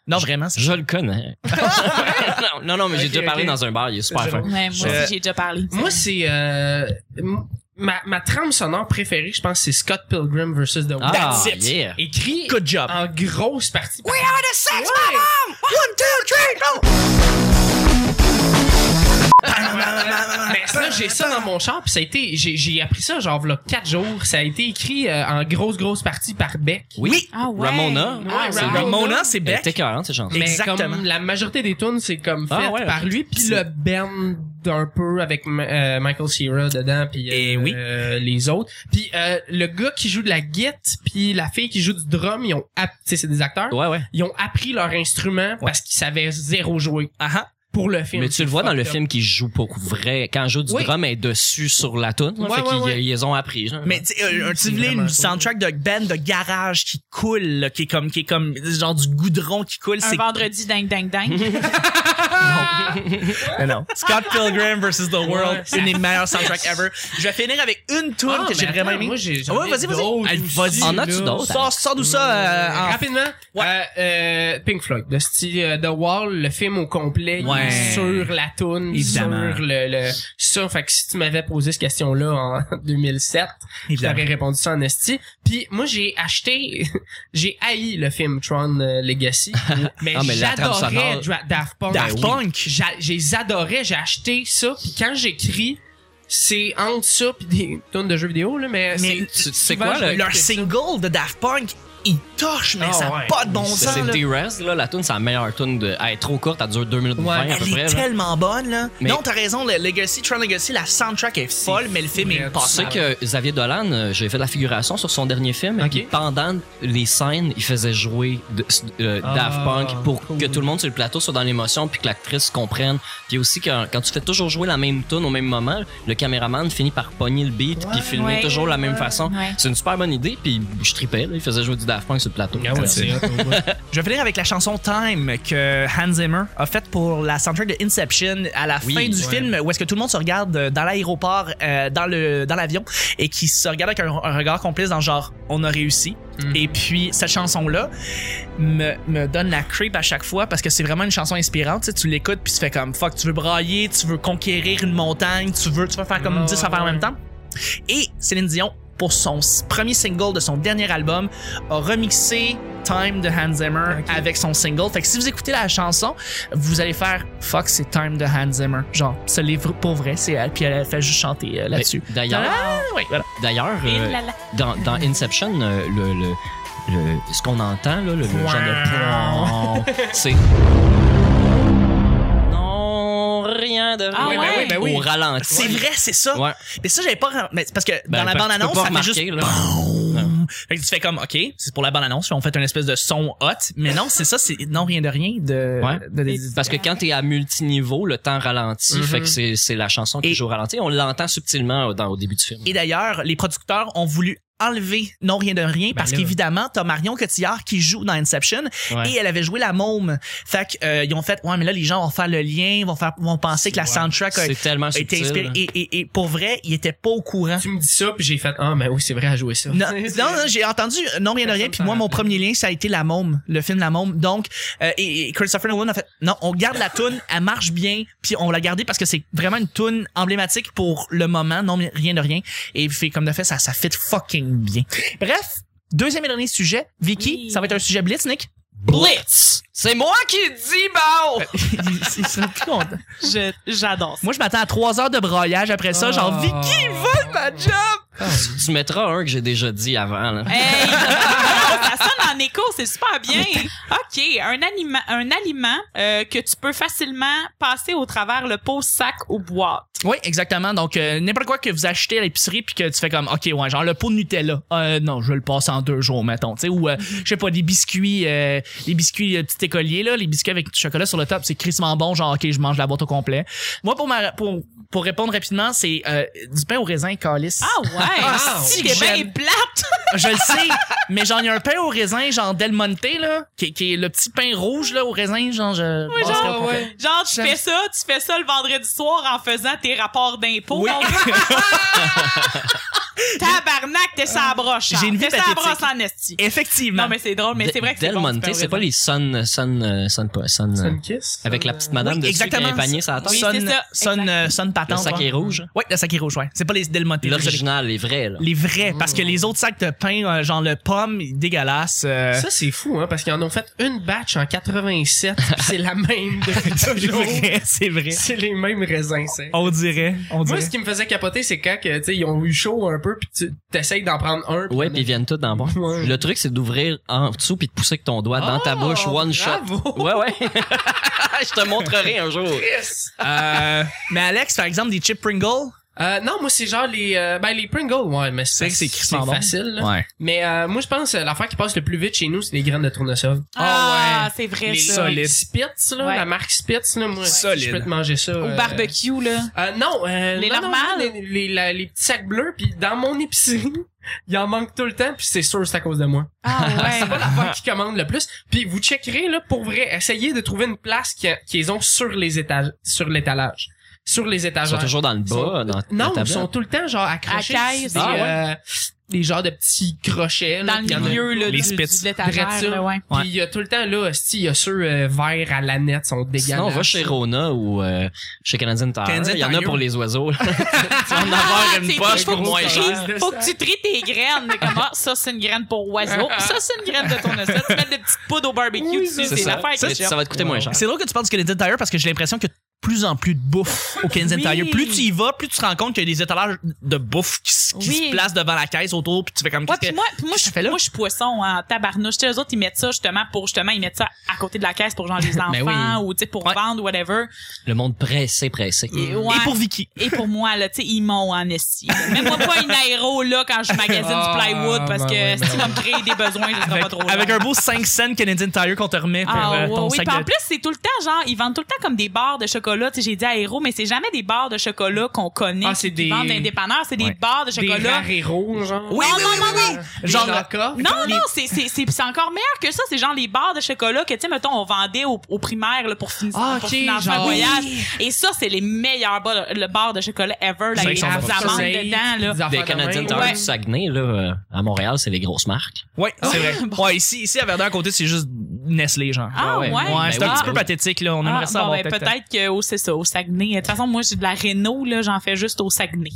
Speaker 3: non, vraiment, c'est
Speaker 2: Je le connais. non, non, non, mais j'ai
Speaker 1: Ok,
Speaker 2: déjà parlé
Speaker 1: ok.
Speaker 2: dans un bar, il est super
Speaker 1: Je-
Speaker 2: fin.
Speaker 4: Ouais, moi aussi,
Speaker 3: Euh,
Speaker 4: j'ai déjà parlé.
Speaker 1: Moi, c'est... euh, m- ma, ma trame sonore préférée, je pense, c'est Scott Pilgrim vs. The World.
Speaker 2: Ah,
Speaker 3: That's it.
Speaker 2: yeah.
Speaker 1: Écrit
Speaker 3: Good job.
Speaker 4: Ah,
Speaker 1: en grosse partie. par-
Speaker 3: are the sex bomb! One, two, three, go!
Speaker 1: Mais Ben, ça, j'ai ça dans mon char, puis ça a été... J'ai j'ai appris ça, genre, là, quatre jours. Ça a été écrit euh, en grosse, grosse partie par Beck.
Speaker 2: Oui.
Speaker 4: Ah ouais.
Speaker 2: Ramona.
Speaker 1: Ouais,
Speaker 2: Ah, c'est
Speaker 1: Ramona.
Speaker 2: lui.
Speaker 3: Ramona, c'est
Speaker 2: Elle
Speaker 3: Beck.
Speaker 2: était cohérente, cette chanson.
Speaker 1: Mais
Speaker 3: Exactement.
Speaker 1: comme la majorité des tunes, c'est comme fait
Speaker 2: Ah ouais,
Speaker 1: par
Speaker 2: ok.
Speaker 1: lui, puis
Speaker 2: C'est-
Speaker 1: le band d'un peu avec M- euh, Michael Cera dedans, puis euh,
Speaker 3: Eh oui.
Speaker 1: euh, les autres. Puis euh, le gars qui joue de la guitare, puis la fille qui joue du drum, ils ont, app- tu sais, c'est des acteurs,
Speaker 2: Ouais, ouais.
Speaker 1: ils ont appris leur instrument parce qu'ils savaient zéro jouer.
Speaker 3: Ah ah.
Speaker 1: pour le film.
Speaker 2: Mais tu le vois dans le
Speaker 1: Fucked up.
Speaker 2: film qui joue pour vrai. Quand joue du
Speaker 1: Oui.
Speaker 2: drum, elle est dessus sur la toune. là,
Speaker 1: Ouais,
Speaker 2: fait
Speaker 1: ouais,
Speaker 2: qu'ils
Speaker 1: ouais.
Speaker 2: ils ont appris. genre.
Speaker 3: Mais tu sais, un- un
Speaker 1: C'est
Speaker 3: petit volet,
Speaker 1: vraiment
Speaker 3: une
Speaker 1: cool.
Speaker 3: soundtrack de band de garage qui coule, là, qui est comme, qui est comme, genre du goudron qui coule.
Speaker 4: Un
Speaker 3: C'est
Speaker 4: vendredi ding ding ding.
Speaker 3: Mais non. Scott Pilgrim vs. The World,
Speaker 1: Ouais.
Speaker 3: c'est une des meilleures soundtracks ever. Je vais finir avec une tune
Speaker 1: Ah,
Speaker 3: que j'ai
Speaker 1: mais
Speaker 3: vraiment
Speaker 1: attends,
Speaker 3: aimée.
Speaker 1: Moi, j'ai. j'en
Speaker 3: Ouais,
Speaker 1: ai
Speaker 3: vas-y, vas-y.
Speaker 1: d'autres
Speaker 3: Allez,
Speaker 1: aussi,
Speaker 3: vas-y.
Speaker 2: En as-tu
Speaker 1: là.
Speaker 2: d'autres?
Speaker 3: Sors, sors nous ça euh, en-
Speaker 1: Mm, Rapidement, euh, euh, Pink Floyd, le style euh, The Wall, le film au complet, il est
Speaker 3: Ouais.
Speaker 1: sur la toune,
Speaker 3: Évidemment.
Speaker 1: sur le, le ça. Fait que si tu m'avais posé cette question-là en 2007, j'aurais
Speaker 3: Évidemment.
Speaker 1: répondu ça en esti. Puis moi, j'ai acheté, j'ai haï le film Tron euh, Legacy, mais,
Speaker 2: Ah, mais la trame
Speaker 1: j'adorais
Speaker 2: sonore.
Speaker 1: Dra- Daft Punk.
Speaker 3: Daft
Speaker 1: Oui.
Speaker 3: Punk.
Speaker 1: J'a- J'ai adoré, j'ai acheté ça. Puis quand j'écris, c'est entre ça puis des tonnes de jeux vidéo là, mais,
Speaker 3: Mais
Speaker 1: c'est-
Speaker 2: tu- tu sais
Speaker 1: souvent,
Speaker 2: quoi,
Speaker 1: je vais
Speaker 2: le-
Speaker 3: Leur
Speaker 1: écouter ça.
Speaker 3: single de Daft Punk, il touche, mais
Speaker 1: Ah,
Speaker 3: ça n'a
Speaker 1: ouais.
Speaker 3: pas de bon
Speaker 2: C'est
Speaker 3: sens.
Speaker 2: c'est
Speaker 3: là.
Speaker 2: D-Rest, là, la toune, c'est la meilleure toune de. Elle est trop courte, elle dure 2 minutes 20 à peu
Speaker 3: Elle
Speaker 2: près.
Speaker 3: est
Speaker 2: là.
Speaker 3: tellement bonne, là.
Speaker 2: Mais-
Speaker 3: Non, t'as raison, le Legacy, Tron Legacy, la soundtrack est folle, mais le film est
Speaker 1: vrai,
Speaker 2: Tu sais
Speaker 3: passé.
Speaker 2: que Xavier Dolan, euh, j'ai fait de la figuration sur son dernier film.
Speaker 1: Ok.
Speaker 2: et Pendant les scènes, il faisait jouer de- euh,
Speaker 1: Ah,
Speaker 2: Daft Punk pour
Speaker 1: cool.
Speaker 2: que tout le monde sur le plateau soit dans l'émotion puis que l'actrice comprenne. Puis aussi, quand, quand tu fais toujours jouer la même tune au même moment, le caméraman finit par pogner le beat puis filmer
Speaker 4: ouais,
Speaker 2: toujours de la même
Speaker 4: ouais,
Speaker 2: façon.
Speaker 4: ouais.
Speaker 2: C'est une super bonne idée. Puis je tripais, là, il faisait jouer du Daft Punk sur le plateau.
Speaker 1: Ah ouais, c'est hot, ouais.
Speaker 3: Je vais finir avec la chanson Time que Hans Zimmer a faite pour la soundtrack de Inception à la
Speaker 2: Oui,
Speaker 3: fin du
Speaker 1: ouais.
Speaker 3: film où est-ce que tout le monde se regarde euh, dans l'aéroport, euh, dans le dans l'avion et qui se regarde avec un, un regard complice dans le genre on a réussi.
Speaker 1: Mhm.
Speaker 3: Et puis cette chanson là me, me donne la creep à chaque fois parce que c'est vraiment une chanson inspirante. Tu, sais, tu l'écoutes puis tu fais comme fuck, tu veux brailler, tu veux conquérir une montagne, tu veux tu veux faire comme
Speaker 1: Ouais,
Speaker 3: 10 affaires en
Speaker 1: Ah, ouais.
Speaker 3: même temps. Et Céline Dion, pour son s- premier single de son dernier album, a remixé Time de Hans Zimmer
Speaker 1: Ok.
Speaker 3: avec son single. Fait que si vous écoutez la chanson, vous allez faire Fuck, c'est Time de Hans Zimmer. Genre, ce livre pour vrai, c'est elle, puis elle fait juste chanter euh,
Speaker 2: Mais
Speaker 3: là-dessus.
Speaker 2: D'ailleurs,
Speaker 3: Ah, oui, voilà.
Speaker 2: d'ailleurs,
Speaker 4: Et
Speaker 2: euh,
Speaker 4: là, là.
Speaker 2: dans, dans Inception, euh, le, le- le- ce qu'on entend, là, le, le genre de c'est. Non, rien de
Speaker 4: Ah
Speaker 1: Oui,
Speaker 4: ouais?
Speaker 1: ben oui, ben oui.
Speaker 2: Au ralenti.
Speaker 3: C'est vrai, c'est ça.
Speaker 2: Ouais.
Speaker 3: Mais ça, j'avais pas. rem- Mais c'est parce que
Speaker 2: Ben,
Speaker 3: dans la
Speaker 2: parce que
Speaker 3: bande-annonce,
Speaker 2: tu peux
Speaker 3: ça
Speaker 2: pas
Speaker 3: fait juste.
Speaker 2: remarquer, là.
Speaker 3: BOUM! Fait que tu fais comme, OK, c'est pour la bande-annonce, puis on fait une espèce de son hot. Mais non, c'est ça, c'est non, rien de rien. De,
Speaker 2: Ouais.
Speaker 3: de- de-
Speaker 2: Parce que quand t'es à multiniveau, le temps ralentit,
Speaker 4: Mm-hmm.
Speaker 1: Mhm.
Speaker 2: fait que c'est, c'est la chanson qui
Speaker 3: Et-
Speaker 2: joue au ralenti. On l'entend subtilement euh, dans, au début du film.
Speaker 3: Et d'ailleurs, les producteurs ont voulu enlever Non Rien de
Speaker 2: Ben
Speaker 3: Rien parce
Speaker 1: là.
Speaker 3: qu'évidemment, t'as Marion Cotillard qui joue dans Inception
Speaker 2: Ouais.
Speaker 3: et elle avait joué la môme. Fait que, euh, ils ont fait, ouais, mais là, les gens vont faire le lien, vont, faire, vont penser que la
Speaker 1: Ouais.
Speaker 3: soundtrack a
Speaker 2: c'est tellement
Speaker 3: a été
Speaker 2: subtil.
Speaker 3: inspirée. Et, et, et pour vrai, ils étaient pas au courant.
Speaker 1: Tu me dis ça, puis j'ai fait Ah, mais oui, c'est vrai à jouer ça.
Speaker 3: Non, non,
Speaker 1: C'est-
Speaker 3: non, j'ai entendu euh, non rien de rien. Puis moi, mon premier lien, ça a été la môme, le film La Môme. Donc, euh, et, et Christopher Nolan a fait non, on garde la toune, elle marche bien, puis on l'a gardée parce que c'est vraiment une toune emblématique pour le moment. Non rien de rien. Et fait comme de fait, ça ça fit fucking bien. Bref, deuxième et dernier sujet, Vicky,
Speaker 4: Oui.
Speaker 3: ça va être un sujet blitz, Nick.
Speaker 2: Blitz! C'est moi qui le dis,
Speaker 4: Euh,
Speaker 2: Bao!
Speaker 3: Ils sont plus contents.
Speaker 4: Je- J'adore ça.
Speaker 3: moi, je m'attends à trois heures de broyage après ça, genre
Speaker 1: Ah.
Speaker 3: Vicky, vole ma job.
Speaker 2: Tu- Tu mettras un que j'ai déjà dit avant. Là.
Speaker 4: ah. Hey, ça sonne en écho, c'est super bien. OK, un, aliment, un aliment euh, que tu peux facilement passer au travers le pot, sac ou boîte.
Speaker 3: Oui, exactement. Donc, euh, n'importe quoi que vous achetez à l'épicerie puis que tu fais comme, OK, ouais, genre le pot de Nutella. Euh, non, je le passe en deux jours, mettons. Tu sais, ou, euh,
Speaker 4: Mhm.
Speaker 3: je sais pas, des biscuits, euh, des biscuits euh, petit écolier, là, les biscuits avec du chocolat sur le top, c'est crissement bon. Genre, OK, je mange la boîte au complet. Moi, pour ma, pour, pour répondre rapidement, c'est euh, du pain au raisin calice.
Speaker 4: Ah ouais!
Speaker 1: Ah,
Speaker 4: si
Speaker 3: ouais.
Speaker 4: t'es bien plate!
Speaker 3: Je le sais, mais j'en ai un pain au raisin, genre Del Monte, là, qui, qui est le petit pain rouge, là, au raisin, genre, je.
Speaker 1: Ah,
Speaker 3: passerais au
Speaker 1: ouais,
Speaker 3: complet.
Speaker 1: ouais.
Speaker 4: Genre, tu
Speaker 3: J'aime-
Speaker 4: fais ça, tu fais ça le vendredi soir en faisant tes rapports d'impôts.
Speaker 3: Oui.
Speaker 4: mon gars. Tabarnak, t'es sans broche.
Speaker 3: J'ai une vie
Speaker 4: T'es sans
Speaker 3: pathétique.
Speaker 4: broche en esti.
Speaker 3: Effectivement.
Speaker 4: Non, mais c'est drôle, mais c'est vrai que c'est
Speaker 2: Del
Speaker 4: bon,
Speaker 2: Monte,
Speaker 4: c'est un
Speaker 2: c'est
Speaker 4: vrai
Speaker 2: pas les Sun, Sun, euh, Sun, pas- Sun, euh,
Speaker 1: Sunkiss?
Speaker 2: avec la petite madame
Speaker 3: Oui,
Speaker 2: dessus qui a
Speaker 3: exactement.
Speaker 2: un panier sur la tête.
Speaker 4: Oui,
Speaker 3: sonne,
Speaker 4: c'est ça,
Speaker 3: sonne,
Speaker 4: exact.
Speaker 3: euh, sonne patente.
Speaker 2: Le sac
Speaker 3: ouais.
Speaker 2: est rouge.
Speaker 3: Ouais, le sac est rouge, ouais. C'est pas les Del Monte. désolé.
Speaker 2: L'original Mmh. est vrai, là.
Speaker 3: Les vrais, parce que les autres sacs de pain, euh, genre le pomme, dégueulasse. euh,
Speaker 1: Ça, c'est fou, hein, parce qu'ils en ont fait une batch en 87, puis c'est la même depuis
Speaker 3: c'est
Speaker 1: toujours.
Speaker 3: vrai, c'est vrai.
Speaker 1: C'est les mêmes raisins, c'est.
Speaker 2: Oh,
Speaker 3: On dirait, on
Speaker 1: Moi,
Speaker 3: dirait.
Speaker 1: ce qui me faisait capoter, c'est quand que, tu sais, ils ont eu chaud un peu, puis tu t'essayes d'en prendre un.
Speaker 2: Ouais, puis ils viennent tous dans le bon.
Speaker 1: Ouais.
Speaker 2: Le truc, c'est d'ouvrir en dessous puis de pousser avec ton doigt
Speaker 1: Ah,
Speaker 2: dans ta bouche,
Speaker 1: Oh,
Speaker 2: one shot. Ouais, ouais. Je te montrerai un jour.
Speaker 1: Yes.
Speaker 3: Euh, mais Alex, par exemple, des chips Pringle,
Speaker 1: Euh, non, moi, c'est genre les, euh, ben, les Pringles, ouais, mais
Speaker 3: C'est
Speaker 1: c'est
Speaker 3: vrai que c'est crissement bon.
Speaker 1: facile. là.
Speaker 3: Ouais.
Speaker 1: Mais euh, moi, je pense euh, l'affaire qui passe le plus vite chez nous, c'est les graines de tournesol.
Speaker 4: Ah, c'est vrai,
Speaker 1: Les
Speaker 4: ça.
Speaker 1: solides. Spitz, là,
Speaker 4: Ouais.
Speaker 1: la marque Spitz, là, moi,
Speaker 3: Solide.
Speaker 1: je peux te manger ça.
Speaker 4: Au
Speaker 1: euh,
Speaker 4: barbecue, là.
Speaker 1: Euh, non, euh,
Speaker 4: Les
Speaker 1: non, non,
Speaker 4: normales?
Speaker 1: non, les, les- la- les petits sacs bleus, puis dans mon épicerie, il en manque tout le temps, puis c'est sûr c'est à cause de moi.
Speaker 4: Ah,
Speaker 1: C'est pas
Speaker 4: ouais.
Speaker 1: l'affaire qui commande le plus. Puis vous checkerez là pour vrai, essayez de trouver une place qui- qu'ils ont sur les étages, sur l'étalage, sur les
Speaker 2: Ils sont
Speaker 1: étagères.
Speaker 2: toujours dans le bas, dans
Speaker 1: non,
Speaker 2: la
Speaker 1: ils
Speaker 2: tablette.
Speaker 1: sont tout le temps genre accrochés.
Speaker 4: À
Speaker 1: sur
Speaker 4: caisse.
Speaker 1: des,
Speaker 2: Ah ouais.
Speaker 1: euh, des genres de petits crochets. là,
Speaker 4: Dans
Speaker 1: puis il y
Speaker 4: le
Speaker 1: en a-
Speaker 4: milieu, là,
Speaker 3: les
Speaker 4: du,
Speaker 3: spits.
Speaker 4: du l'étagère,
Speaker 1: Drette ça.
Speaker 4: là, ouais.
Speaker 3: Ouais.
Speaker 1: Puis il y a tout le temps là, si il y a ceux euh, verts à la nette sont dégueulasses.
Speaker 2: Sinon, on va chez Rona ou euh, chez Canadian Tire.
Speaker 3: Canadian
Speaker 2: Il y en a
Speaker 3: Tire.
Speaker 2: pour les oiseaux. là.
Speaker 3: Tu vas en avoir
Speaker 4: Ah, C'est
Speaker 3: une poche
Speaker 4: faut
Speaker 3: pour
Speaker 4: que tu
Speaker 3: moins
Speaker 4: tries-
Speaker 3: cher.
Speaker 1: cher.
Speaker 4: Faut que tu tries tes graines. Mais Comment ça c'est une graine pour oiseau, ça c'est une graine de tournesol. Tu mets des petites poudres au barbecue
Speaker 1: Oui,
Speaker 4: dessus, c'est
Speaker 2: ça.
Speaker 4: l'affaire
Speaker 2: Ça,
Speaker 4: que
Speaker 2: ça va te coûter moins cher.
Speaker 3: C'est drôle que tu parles du Canadian Tire parce que j'ai l'impression que de plus en plus de bouffe au Canadian
Speaker 4: Oui.
Speaker 3: Tire. Plus tu y vas, plus tu te rends compte qu'il y a des étalages de bouffe qui, s- qui
Speaker 4: Oui.
Speaker 3: se placent devant la caisse autour, puis tu fais comme
Speaker 4: Ouais,
Speaker 3: qu'est-ce
Speaker 4: puis
Speaker 3: que-
Speaker 4: moi, puis moi,
Speaker 3: qu'est-ce que tu fais
Speaker 4: je,
Speaker 3: là?
Speaker 4: moi, je suis poisson en tabarnouche. Tu sais, eux autres, ils mettent ça justement pour, justement, ils mettent ça à côté de la caisse pour genre les enfants
Speaker 2: Ben oui.
Speaker 4: ou, tu sais, pour
Speaker 3: Ouais.
Speaker 4: vendre, whatever.
Speaker 2: Le monde pressé, pressé.
Speaker 4: Et,
Speaker 3: Et
Speaker 4: ouais.
Speaker 3: pour Vicky.
Speaker 4: Et pour moi, là, tu sais, ils m'ont en esti. Même moi, pas une aéro, là, quand je magasine
Speaker 1: Ah,
Speaker 4: du plywood parce
Speaker 1: ben ouais,
Speaker 4: que
Speaker 1: ben
Speaker 4: si tu vas me créer des besoins, je serai
Speaker 3: Avec,
Speaker 4: pas trop
Speaker 3: avec
Speaker 4: là.
Speaker 3: un beau 5 cents Canadian Tire qu'on te remet pour
Speaker 4: Ah,
Speaker 3: euh,
Speaker 4: ouais,
Speaker 3: ton
Speaker 4: oui.
Speaker 3: sac
Speaker 4: Puis en
Speaker 3: de-
Speaker 4: plus, c'est tout le temps, genre, ils vendent tout le temps comme des barres de chocolat. Tu sais, j'ai dit aéro, mais c'est jamais des barres de chocolat qu'on connaît.
Speaker 1: Ah, c'est
Speaker 4: qu'ils
Speaker 1: des-
Speaker 4: vendent dans les dépanneurs, c'est des
Speaker 3: Ouais.
Speaker 4: barres de
Speaker 1: des
Speaker 4: chocolat.
Speaker 1: Rareros, genre.
Speaker 3: Oui,
Speaker 4: Non,
Speaker 3: oui,
Speaker 4: non,
Speaker 3: oui,
Speaker 4: non,
Speaker 3: oui,
Speaker 4: non.
Speaker 3: oui. Genre,
Speaker 1: des Naka.
Speaker 4: Non, non, c'est, c'est, c'est, c'est encore meilleur que ça. C'est genre les barres de chocolat que, tu sais, mettons, on vendait au, au primaire là, pour finir
Speaker 1: Ah,
Speaker 4: pour
Speaker 1: ok,
Speaker 4: financer un
Speaker 1: genre.
Speaker 4: voyage. Et ça, c'est les meilleurs bars, le bar de chocolat ever. Là,
Speaker 3: C'est vrai
Speaker 4: avec
Speaker 3: qu'ils
Speaker 4: des
Speaker 3: sont
Speaker 4: amandes
Speaker 3: bons.
Speaker 4: dedans. Là.
Speaker 2: Des Canadian Tire
Speaker 4: Ouais.
Speaker 2: du Saguenay, là, euh, à Montréal, c'est les grosses marques.
Speaker 3: Ouais,
Speaker 4: Ah,
Speaker 3: c'est vrai. Ouais, ici, ici à Verdun à côté, c'est juste Nestlé genre.
Speaker 4: Ah, ouais.
Speaker 2: Ouais, ouais.
Speaker 3: Ouais, c'est
Speaker 2: Ben
Speaker 3: un
Speaker 2: oui.
Speaker 3: petit peu pathétique là, on aimerait
Speaker 4: Ah,
Speaker 3: ça
Speaker 4: bon,
Speaker 3: avoir
Speaker 4: ben,
Speaker 3: peut-être-
Speaker 4: peut-être que oh, c'est ça, au Saguenay. De toute façon, moi, j'ai de la Renault, là, j'en fais juste au Saguenay.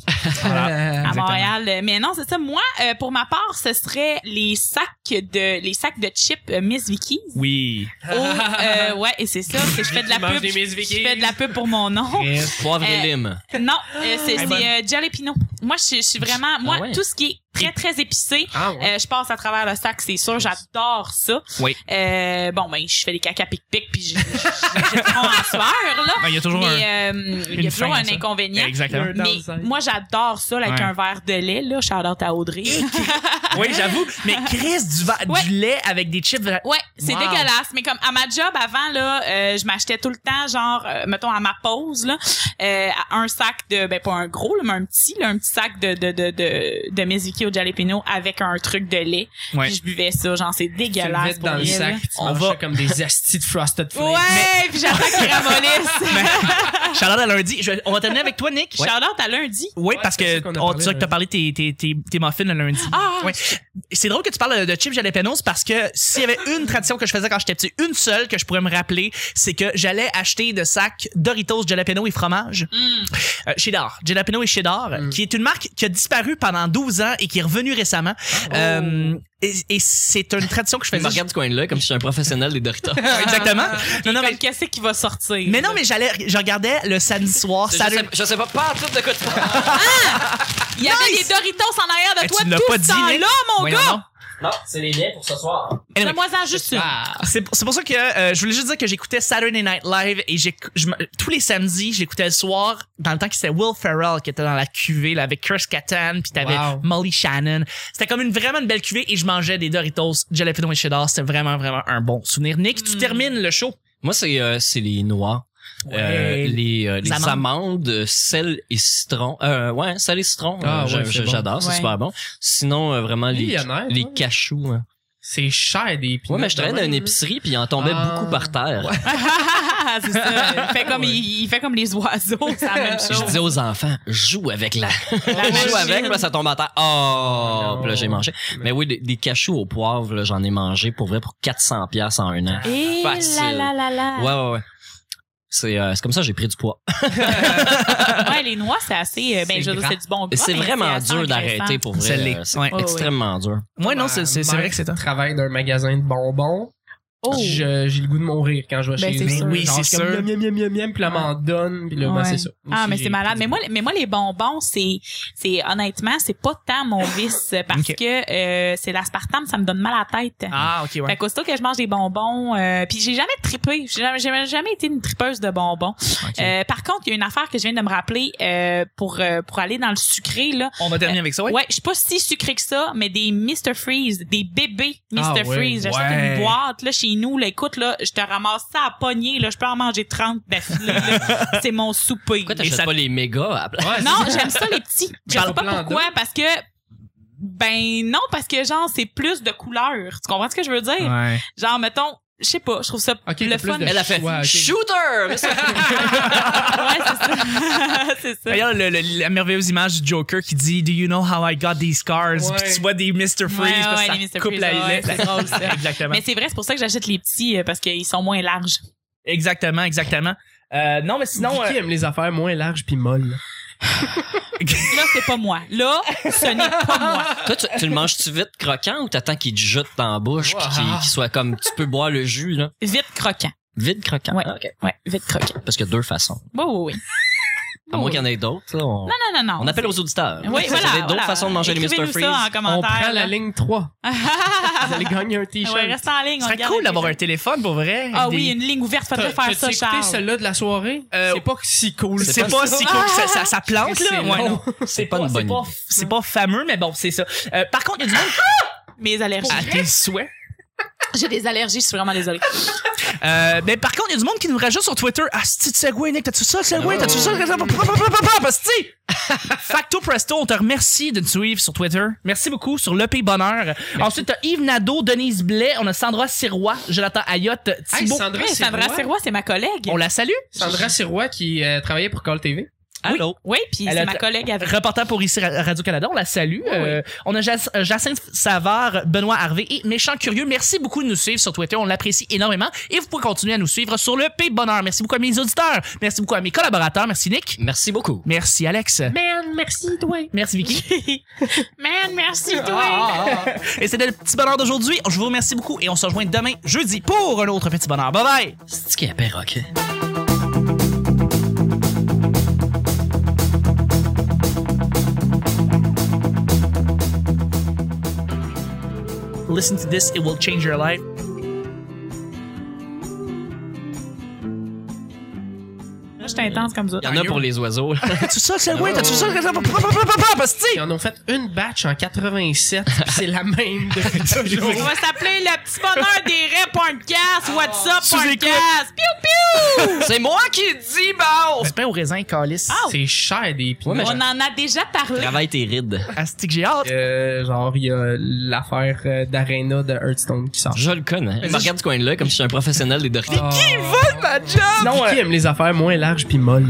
Speaker 3: Voilà.
Speaker 4: à
Speaker 3: Exactement.
Speaker 4: Montréal. Euh, Mais non, c'est ça. Moi, euh, pour ma part, ce serait les sacs de les sacs de chips euh, Miss Vickies.
Speaker 3: Oui.
Speaker 4: Au, euh, ouais, et c'est ça. c'est- Je fais de la
Speaker 1: Tu manges
Speaker 4: pub.
Speaker 1: des Miss
Speaker 4: Je
Speaker 1: Vickies.
Speaker 4: fais de la pub pour mon nom.
Speaker 2: Poivre
Speaker 4: Euh,
Speaker 2: et lime.
Speaker 4: Non, euh,
Speaker 1: Ah.
Speaker 4: c'est
Speaker 3: Elle est bonne.
Speaker 4: c'est, euh, Jalapino. Moi, je je suis
Speaker 3: Ah
Speaker 4: vraiment, moi,
Speaker 2: ouais.
Speaker 4: tout ce qui est très très épicé.
Speaker 1: Ah ouais.
Speaker 4: euh, je passe à travers le sac, c'est sûr, j'adore ça.
Speaker 3: Oui.
Speaker 4: Euh, bon, ben, je fais des caca pic-pic, puis je, je, je, je prends en sueur, là.
Speaker 3: Ben, Il y a toujours un.
Speaker 4: Mais euh, il y
Speaker 3: une
Speaker 4: a toujours
Speaker 3: fin à
Speaker 4: un
Speaker 3: ça.
Speaker 4: inconvénient.
Speaker 3: Exactement.
Speaker 1: Dans le
Speaker 4: Mais
Speaker 1: sac.
Speaker 4: moi, j'adore ça, là, avec
Speaker 3: Ouais.
Speaker 4: un verre de lait, là. Shout out à Audrey.
Speaker 3: Oui, j'avoue. Mais Chris, du, va-
Speaker 4: euh, Ouais.
Speaker 3: du lait avec des chips.
Speaker 4: Ouais, c'est
Speaker 3: Wow.
Speaker 4: dégueulasse. Mais comme à ma job avant là, euh, je m'achetais tout le temps genre, euh, mettons à ma pause là, euh, à un sac de, ben pas un gros là, mais un petit, là, un petit sac de de de de, de Mizuki au jalapeno avec un truc de lait.
Speaker 3: Ouais.
Speaker 4: Puis je buvais ça, genre c'est
Speaker 1: Tu le
Speaker 4: dégueulasse
Speaker 1: mets
Speaker 4: pour
Speaker 1: dans le
Speaker 4: vrai,
Speaker 1: sac,
Speaker 4: là.
Speaker 1: puis tu
Speaker 3: On
Speaker 1: manges
Speaker 3: va-
Speaker 1: ça comme des astis de frosted flakes.
Speaker 4: Ouais, puis j'attends qu'ils ramollissent.
Speaker 3: Charlotte à lundi. Je vais- on va terminer avec toi, Nick.
Speaker 4: Shout out à lundi.
Speaker 3: Oui,
Speaker 1: Ouais,
Speaker 3: parce
Speaker 1: c'est
Speaker 3: que
Speaker 1: ça qu'on a
Speaker 3: on
Speaker 1: parlé,
Speaker 3: dirait que t'as
Speaker 1: euh.
Speaker 3: parlé de tes, tes, tes, tes muffins le lundi.
Speaker 4: Ah!
Speaker 3: Ouais. C'est drôle que tu parles de chips jalapenos parce que s'il y avait une tradition que je faisais quand j'étais petit, une seule que je pourrais me rappeler, c'est que j'allais acheter de sacs Doritos jalapeno et fromage.
Speaker 2: Mm.
Speaker 3: Euh, cheddar. Jalapeno et cheddar, qui est une marque qui a disparu pendant 12 ans et qui est revenue récemment.
Speaker 2: Ah,
Speaker 3: Euh,
Speaker 2: oh.
Speaker 3: et et c'est une tradition que je
Speaker 2: Je me
Speaker 3: faisais.
Speaker 2: regarde du coin de là comme si je suis un professionnel des Doritos.
Speaker 3: Exactement. Non, non,
Speaker 4: Comme
Speaker 3: mais,
Speaker 4: qu'est-ce qui va sortir
Speaker 3: mais non, mais j'allais, je regardais le samedi soir.
Speaker 2: Je
Speaker 3: Saturday-
Speaker 2: sais, je sais pas, pas en tout de quoi tu parles.
Speaker 4: il y avait des Doritos en arrière de
Speaker 3: Eh,
Speaker 4: toi
Speaker 3: tu l'as
Speaker 4: tout
Speaker 3: pas
Speaker 4: ce
Speaker 3: dit,
Speaker 4: temps
Speaker 3: Nick.
Speaker 4: là, mon
Speaker 3: Voyons donc.
Speaker 4: gars.
Speaker 2: Non, c'est les liens pour ce soir.
Speaker 3: Oh, Anyway.
Speaker 4: Donne-moi en juste une.
Speaker 3: C'est pour, c'est pour ça que euh, je voulais juste dire que j'écoutais Saturday Night Live et j'ai je me- tous les samedis, j'écoutais le soir dans le temps que c'était Will Ferrell qui était dans la cuvée là, avec Chris Kattan puis t'avais
Speaker 1: Wow.
Speaker 3: Molly Shannon. C'était comme une vraiment une belle cuvée et je mangeais des Doritos, jalapeno et cheddar, c'était vraiment vraiment un bon souvenir. Nick, tu termines le show.
Speaker 2: Moi, c'est euh, c'est les noix. Euh, les, euh, les
Speaker 3: amandes.
Speaker 2: amandes. euh, sel et citron. Euh, ouais, sel et citron.
Speaker 1: Ah
Speaker 2: euh,
Speaker 1: ouais,
Speaker 2: je-
Speaker 1: c'est
Speaker 2: je-
Speaker 1: bon.
Speaker 2: J'adore, c'est
Speaker 4: Ouais.
Speaker 2: super bon. Sinon, euh, vraiment, les,
Speaker 1: Millionnaire,
Speaker 2: les
Speaker 1: ouais.
Speaker 2: cachous. hein.
Speaker 1: C'est cher des
Speaker 2: Ouais,
Speaker 1: peanuts
Speaker 2: mais je
Speaker 1: de
Speaker 2: traînais dans
Speaker 1: même,
Speaker 2: une
Speaker 1: là.
Speaker 2: épicerie puis il en tombait
Speaker 1: Ah.
Speaker 2: beaucoup par terre.
Speaker 4: c'est ça. Il fait comme, il, il fait comme les oiseaux. C'est la même
Speaker 2: Je
Speaker 4: chose.
Speaker 2: disais aux enfants, joue avec la.
Speaker 4: La
Speaker 2: joue
Speaker 4: machine.
Speaker 2: avec, là, ça tombe à terre. Oh,
Speaker 1: Non.
Speaker 2: puis là, j'ai mangé. Mais oui, des, des cachous au poivre, là, j'en ai mangé pour vrai pour 400 pièces en un an.
Speaker 4: Et
Speaker 2: Facile.
Speaker 4: là, là, là,
Speaker 1: Ah.
Speaker 2: Ouais,
Speaker 4: là.
Speaker 2: ouais, ouais. C'est euh, c'est comme ça que j'ai pris du poids.
Speaker 4: Ouais. les noix, c'est assez, euh, ben,
Speaker 1: C'est
Speaker 4: je veux dire,
Speaker 1: grand.
Speaker 4: c'est du bon
Speaker 2: Et
Speaker 4: gras.
Speaker 2: c'est
Speaker 4: mais
Speaker 2: vraiment
Speaker 4: assez
Speaker 2: dur
Speaker 4: engraissant.
Speaker 2: d'arrêter pour vrai.
Speaker 3: C'est l'est.
Speaker 2: euh, C'est
Speaker 3: Ouais.
Speaker 2: extrêmement dur.
Speaker 3: Moi non,
Speaker 1: Ma
Speaker 3: c'est c'est- c'est
Speaker 1: mère
Speaker 3: vrai que c'est
Speaker 1: travaille dans un magasin de bonbons.
Speaker 4: Oh.
Speaker 1: je- j'ai le goût de mourir quand je vais
Speaker 4: Ben,
Speaker 1: chez
Speaker 4: c'est
Speaker 1: eux.
Speaker 4: sûr.
Speaker 3: Oui,
Speaker 1: Genre,
Speaker 3: c'est
Speaker 1: je suis comme,
Speaker 3: sûr.
Speaker 1: miam, miam, miam, miam, miam, puis là, m'en donne, puis là, ben,
Speaker 4: Ouais.
Speaker 1: c'est ça.
Speaker 4: Ah,
Speaker 1: Aussi,
Speaker 4: mais
Speaker 1: j'ai-
Speaker 4: c'est malade. Mais moi, les- mais moi, les bonbons, c'est, c'est, honnêtement, c'est pas tant mon vice euh, parce
Speaker 3: Ok.
Speaker 4: que, euh, c'est l'aspartame, ça me donne mal à la tête.
Speaker 3: Ah, ok,
Speaker 4: Fait
Speaker 3: ouais.
Speaker 4: qu'aussitôt que je mange des bonbons, euh, puis j'ai jamais trippé, j'ai jamais, j'ai jamais été une tripeuse de bonbons.
Speaker 3: Ok.
Speaker 4: Euh, par contre, il y a une affaire que je viens de me rappeler euh, pour euh, pour aller dans le sucré là.
Speaker 3: On va terminer avec ça, euh, ouais.
Speaker 4: Ouais, je suis pas si sucré que ça, mais des Mr Freeze, des bébés Mr
Speaker 1: Ah ouais,
Speaker 4: Freeze, j'achète
Speaker 3: ouais.
Speaker 4: une boîte là chez nous, là, écoute là, je te ramasse ça à poignée là, je peux en manger 30 d'affilée. là. C'est mon souper.
Speaker 2: Pourquoi
Speaker 4: Et
Speaker 2: t'achètes
Speaker 4: ça-
Speaker 2: pas les méga à la place?
Speaker 1: Ouais,
Speaker 4: non, j'aime ça les petits. Je
Speaker 1: Par
Speaker 4: sais pas
Speaker 1: plan
Speaker 4: pourquoi parce que ben non parce que genre c'est plus de couleurs. Tu comprends ce que je veux dire
Speaker 3: Ouais.
Speaker 4: Genre mettons, je sais pas, je trouve ça
Speaker 1: Ok,
Speaker 4: le
Speaker 1: t'as plus
Speaker 4: fun.
Speaker 1: de
Speaker 2: Elle a fait
Speaker 1: choix, ok.
Speaker 2: shooter! Mais ça-
Speaker 4: ouais, c'est ça. c'est ça.
Speaker 3: D'ailleurs, le- le- la merveilleuse image du Joker qui dit Do you know how I got these scars?
Speaker 1: Ouais.
Speaker 3: Puis tu vois des Mr. Freeze
Speaker 4: Ouais, ouais,
Speaker 3: parce que
Speaker 4: les
Speaker 3: ça
Speaker 4: Mr.
Speaker 3: coupe la
Speaker 4: Freeze, ouais,
Speaker 3: la-
Speaker 4: c'est drôle, ça.
Speaker 3: Exactement.
Speaker 4: Mais c'est vrai, c'est pour ça que j'achète les petits euh, parce qu'ils sont moins larges.
Speaker 3: Exactement, exactement. Euh, non, mais sinon.
Speaker 1: Qui
Speaker 3: euh,
Speaker 1: aime les affaires moins larges puis molles?
Speaker 4: Là, c'est pas moi. Là, ce n'est pas moi.
Speaker 2: Toi, tu, tu le manges-tu vite croquant ou t'attends qu'il te jette dans la bouche puis
Speaker 1: Wow.
Speaker 2: qu'il qu'il soit comme tu peux boire le jus, là?
Speaker 4: Vite croquant.
Speaker 2: Vite croquant.
Speaker 4: Ouais.
Speaker 2: Ah, ok.
Speaker 4: Ouais, vite croquant.
Speaker 2: Parce qu'il y a deux façons.
Speaker 4: Oui, oui, oui.
Speaker 2: À moins qu'il y en ait d'autres, là, on,
Speaker 4: Non, non, non, non.
Speaker 2: on appelle aux auditeurs.
Speaker 4: Oui,
Speaker 2: Vous
Speaker 4: voilà.
Speaker 2: avez d'autres
Speaker 4: voilà.
Speaker 2: façons de manger les Mr.
Speaker 4: Écrivez-nous
Speaker 2: Freeze.
Speaker 4: ça en
Speaker 1: On
Speaker 4: commentaire.
Speaker 1: prend la ligne 3. Vous allez gagner un t-shirt.
Speaker 4: Ouais, reste en ligne.
Speaker 3: Ce
Speaker 4: on
Speaker 3: serait
Speaker 4: regarde
Speaker 3: cool
Speaker 4: les
Speaker 3: d'avoir un
Speaker 4: gens.
Speaker 3: téléphone pour vrai.
Speaker 4: Ah
Speaker 3: Des-
Speaker 4: oui, une ligne ouverte, faudrait faire ça,
Speaker 1: écouté
Speaker 4: Charles.
Speaker 1: celle-là de la soirée?
Speaker 3: Euh,
Speaker 1: c'est pas si cool.
Speaker 3: C'est pas, si cool, ça, ça, ça plante,
Speaker 1: C'est
Speaker 3: là. Ouais,
Speaker 1: long.
Speaker 3: non. C'est
Speaker 2: pas une bonne
Speaker 3: c'est pas-
Speaker 2: idée.
Speaker 3: C'est pas fameux, mais bon, c'est ça. Euh, par contre, il y a du monde
Speaker 4: Mes allergies.
Speaker 3: à tes souhaits.
Speaker 4: J'ai des allergies, je suis vraiment désolée.
Speaker 3: Euh, ben, par contre, il y a du monde qui nous rajoute sur Twitter. Ah, c'est-tu de Segway, Nick? T'as-tu ça, le Segway? T'as-tu ça? le Segway? Pa, pa, pa, pa, pa, Parce que, tu sais, Facto Presto, on te remercie de nous suivre sur Twitter. Merci beaucoup sur l'EP Bonheur. Ensuite, t'as Yves Nadeau, Denise Blais, on a Sandra Sirois, Jonathan Ayotte,
Speaker 1: Hey,
Speaker 3: Thibaut.
Speaker 1: Sandra,
Speaker 4: Hey, Sandra
Speaker 1: Sirois.
Speaker 4: Sirois, c'est ma collègue.
Speaker 3: on la salue.
Speaker 1: Sandra Sirois qui euh, travaillait pour Call TV.
Speaker 2: Allô?
Speaker 4: Oui, puis
Speaker 3: Elle a-
Speaker 4: c'est ma collègue avec.
Speaker 3: Reporter pour ici Ra- Radio-Canada, on la salue. Euh, on a Jac- euh, Jacinthe Savard, Benoît Harvey et Méchant Curieux. Merci beaucoup de nous suivre sur Twitter, on l'apprécie énormément. Et vous pouvez continuer à nous suivre sur le P Bonheur. Merci beaucoup à mes auditeurs, merci beaucoup à mes collaborateurs, merci Nick,
Speaker 2: Merci beaucoup.
Speaker 3: merci Alex,
Speaker 4: Man, merci, toi.
Speaker 3: merci Vicky.
Speaker 4: Man, merci, toi.
Speaker 3: Et c'était le petit bonheur d'aujourd'hui. Je vous remercie beaucoup et on se rejoint demain, jeudi, pour un autre petit bonheur. Bye bye!
Speaker 2: C'est-tu qu'il y a perroquet?
Speaker 3: Listen to this, it will change your life.
Speaker 4: Moi, je suis intense comme ça.
Speaker 2: Il y en a pour les oiseaux. là.
Speaker 3: T'as-tu ça, Segway? T'as-tu ça? Parce que, tu sais,
Speaker 1: Ils en ont fait une batch en 87, puis c'est la même depuis toujours.
Speaker 4: On va s'appeler le petit bonheur des raies podcast. What's up
Speaker 3: Sous-écoute.
Speaker 4: podcast? Piou piou!
Speaker 2: C'est moi qui dis, bon!
Speaker 3: c'est pain au raisin, calice.
Speaker 1: C'est cher des pinots.
Speaker 4: On en a déjà parlé.
Speaker 2: Travaille tes rides.
Speaker 3: Astique, j'ai hâte.
Speaker 1: Euh, genre, il y a l'affaire euh, d'Arena de Hearthstone qui sort. Ah.
Speaker 2: Je le connais. Il
Speaker 3: ça,
Speaker 2: me regarde ce coin-là comme si je suis un professionnel des Doritos.
Speaker 1: Qui vole ma job?
Speaker 3: Non,
Speaker 1: qui aime les affaires moins larges puis molles?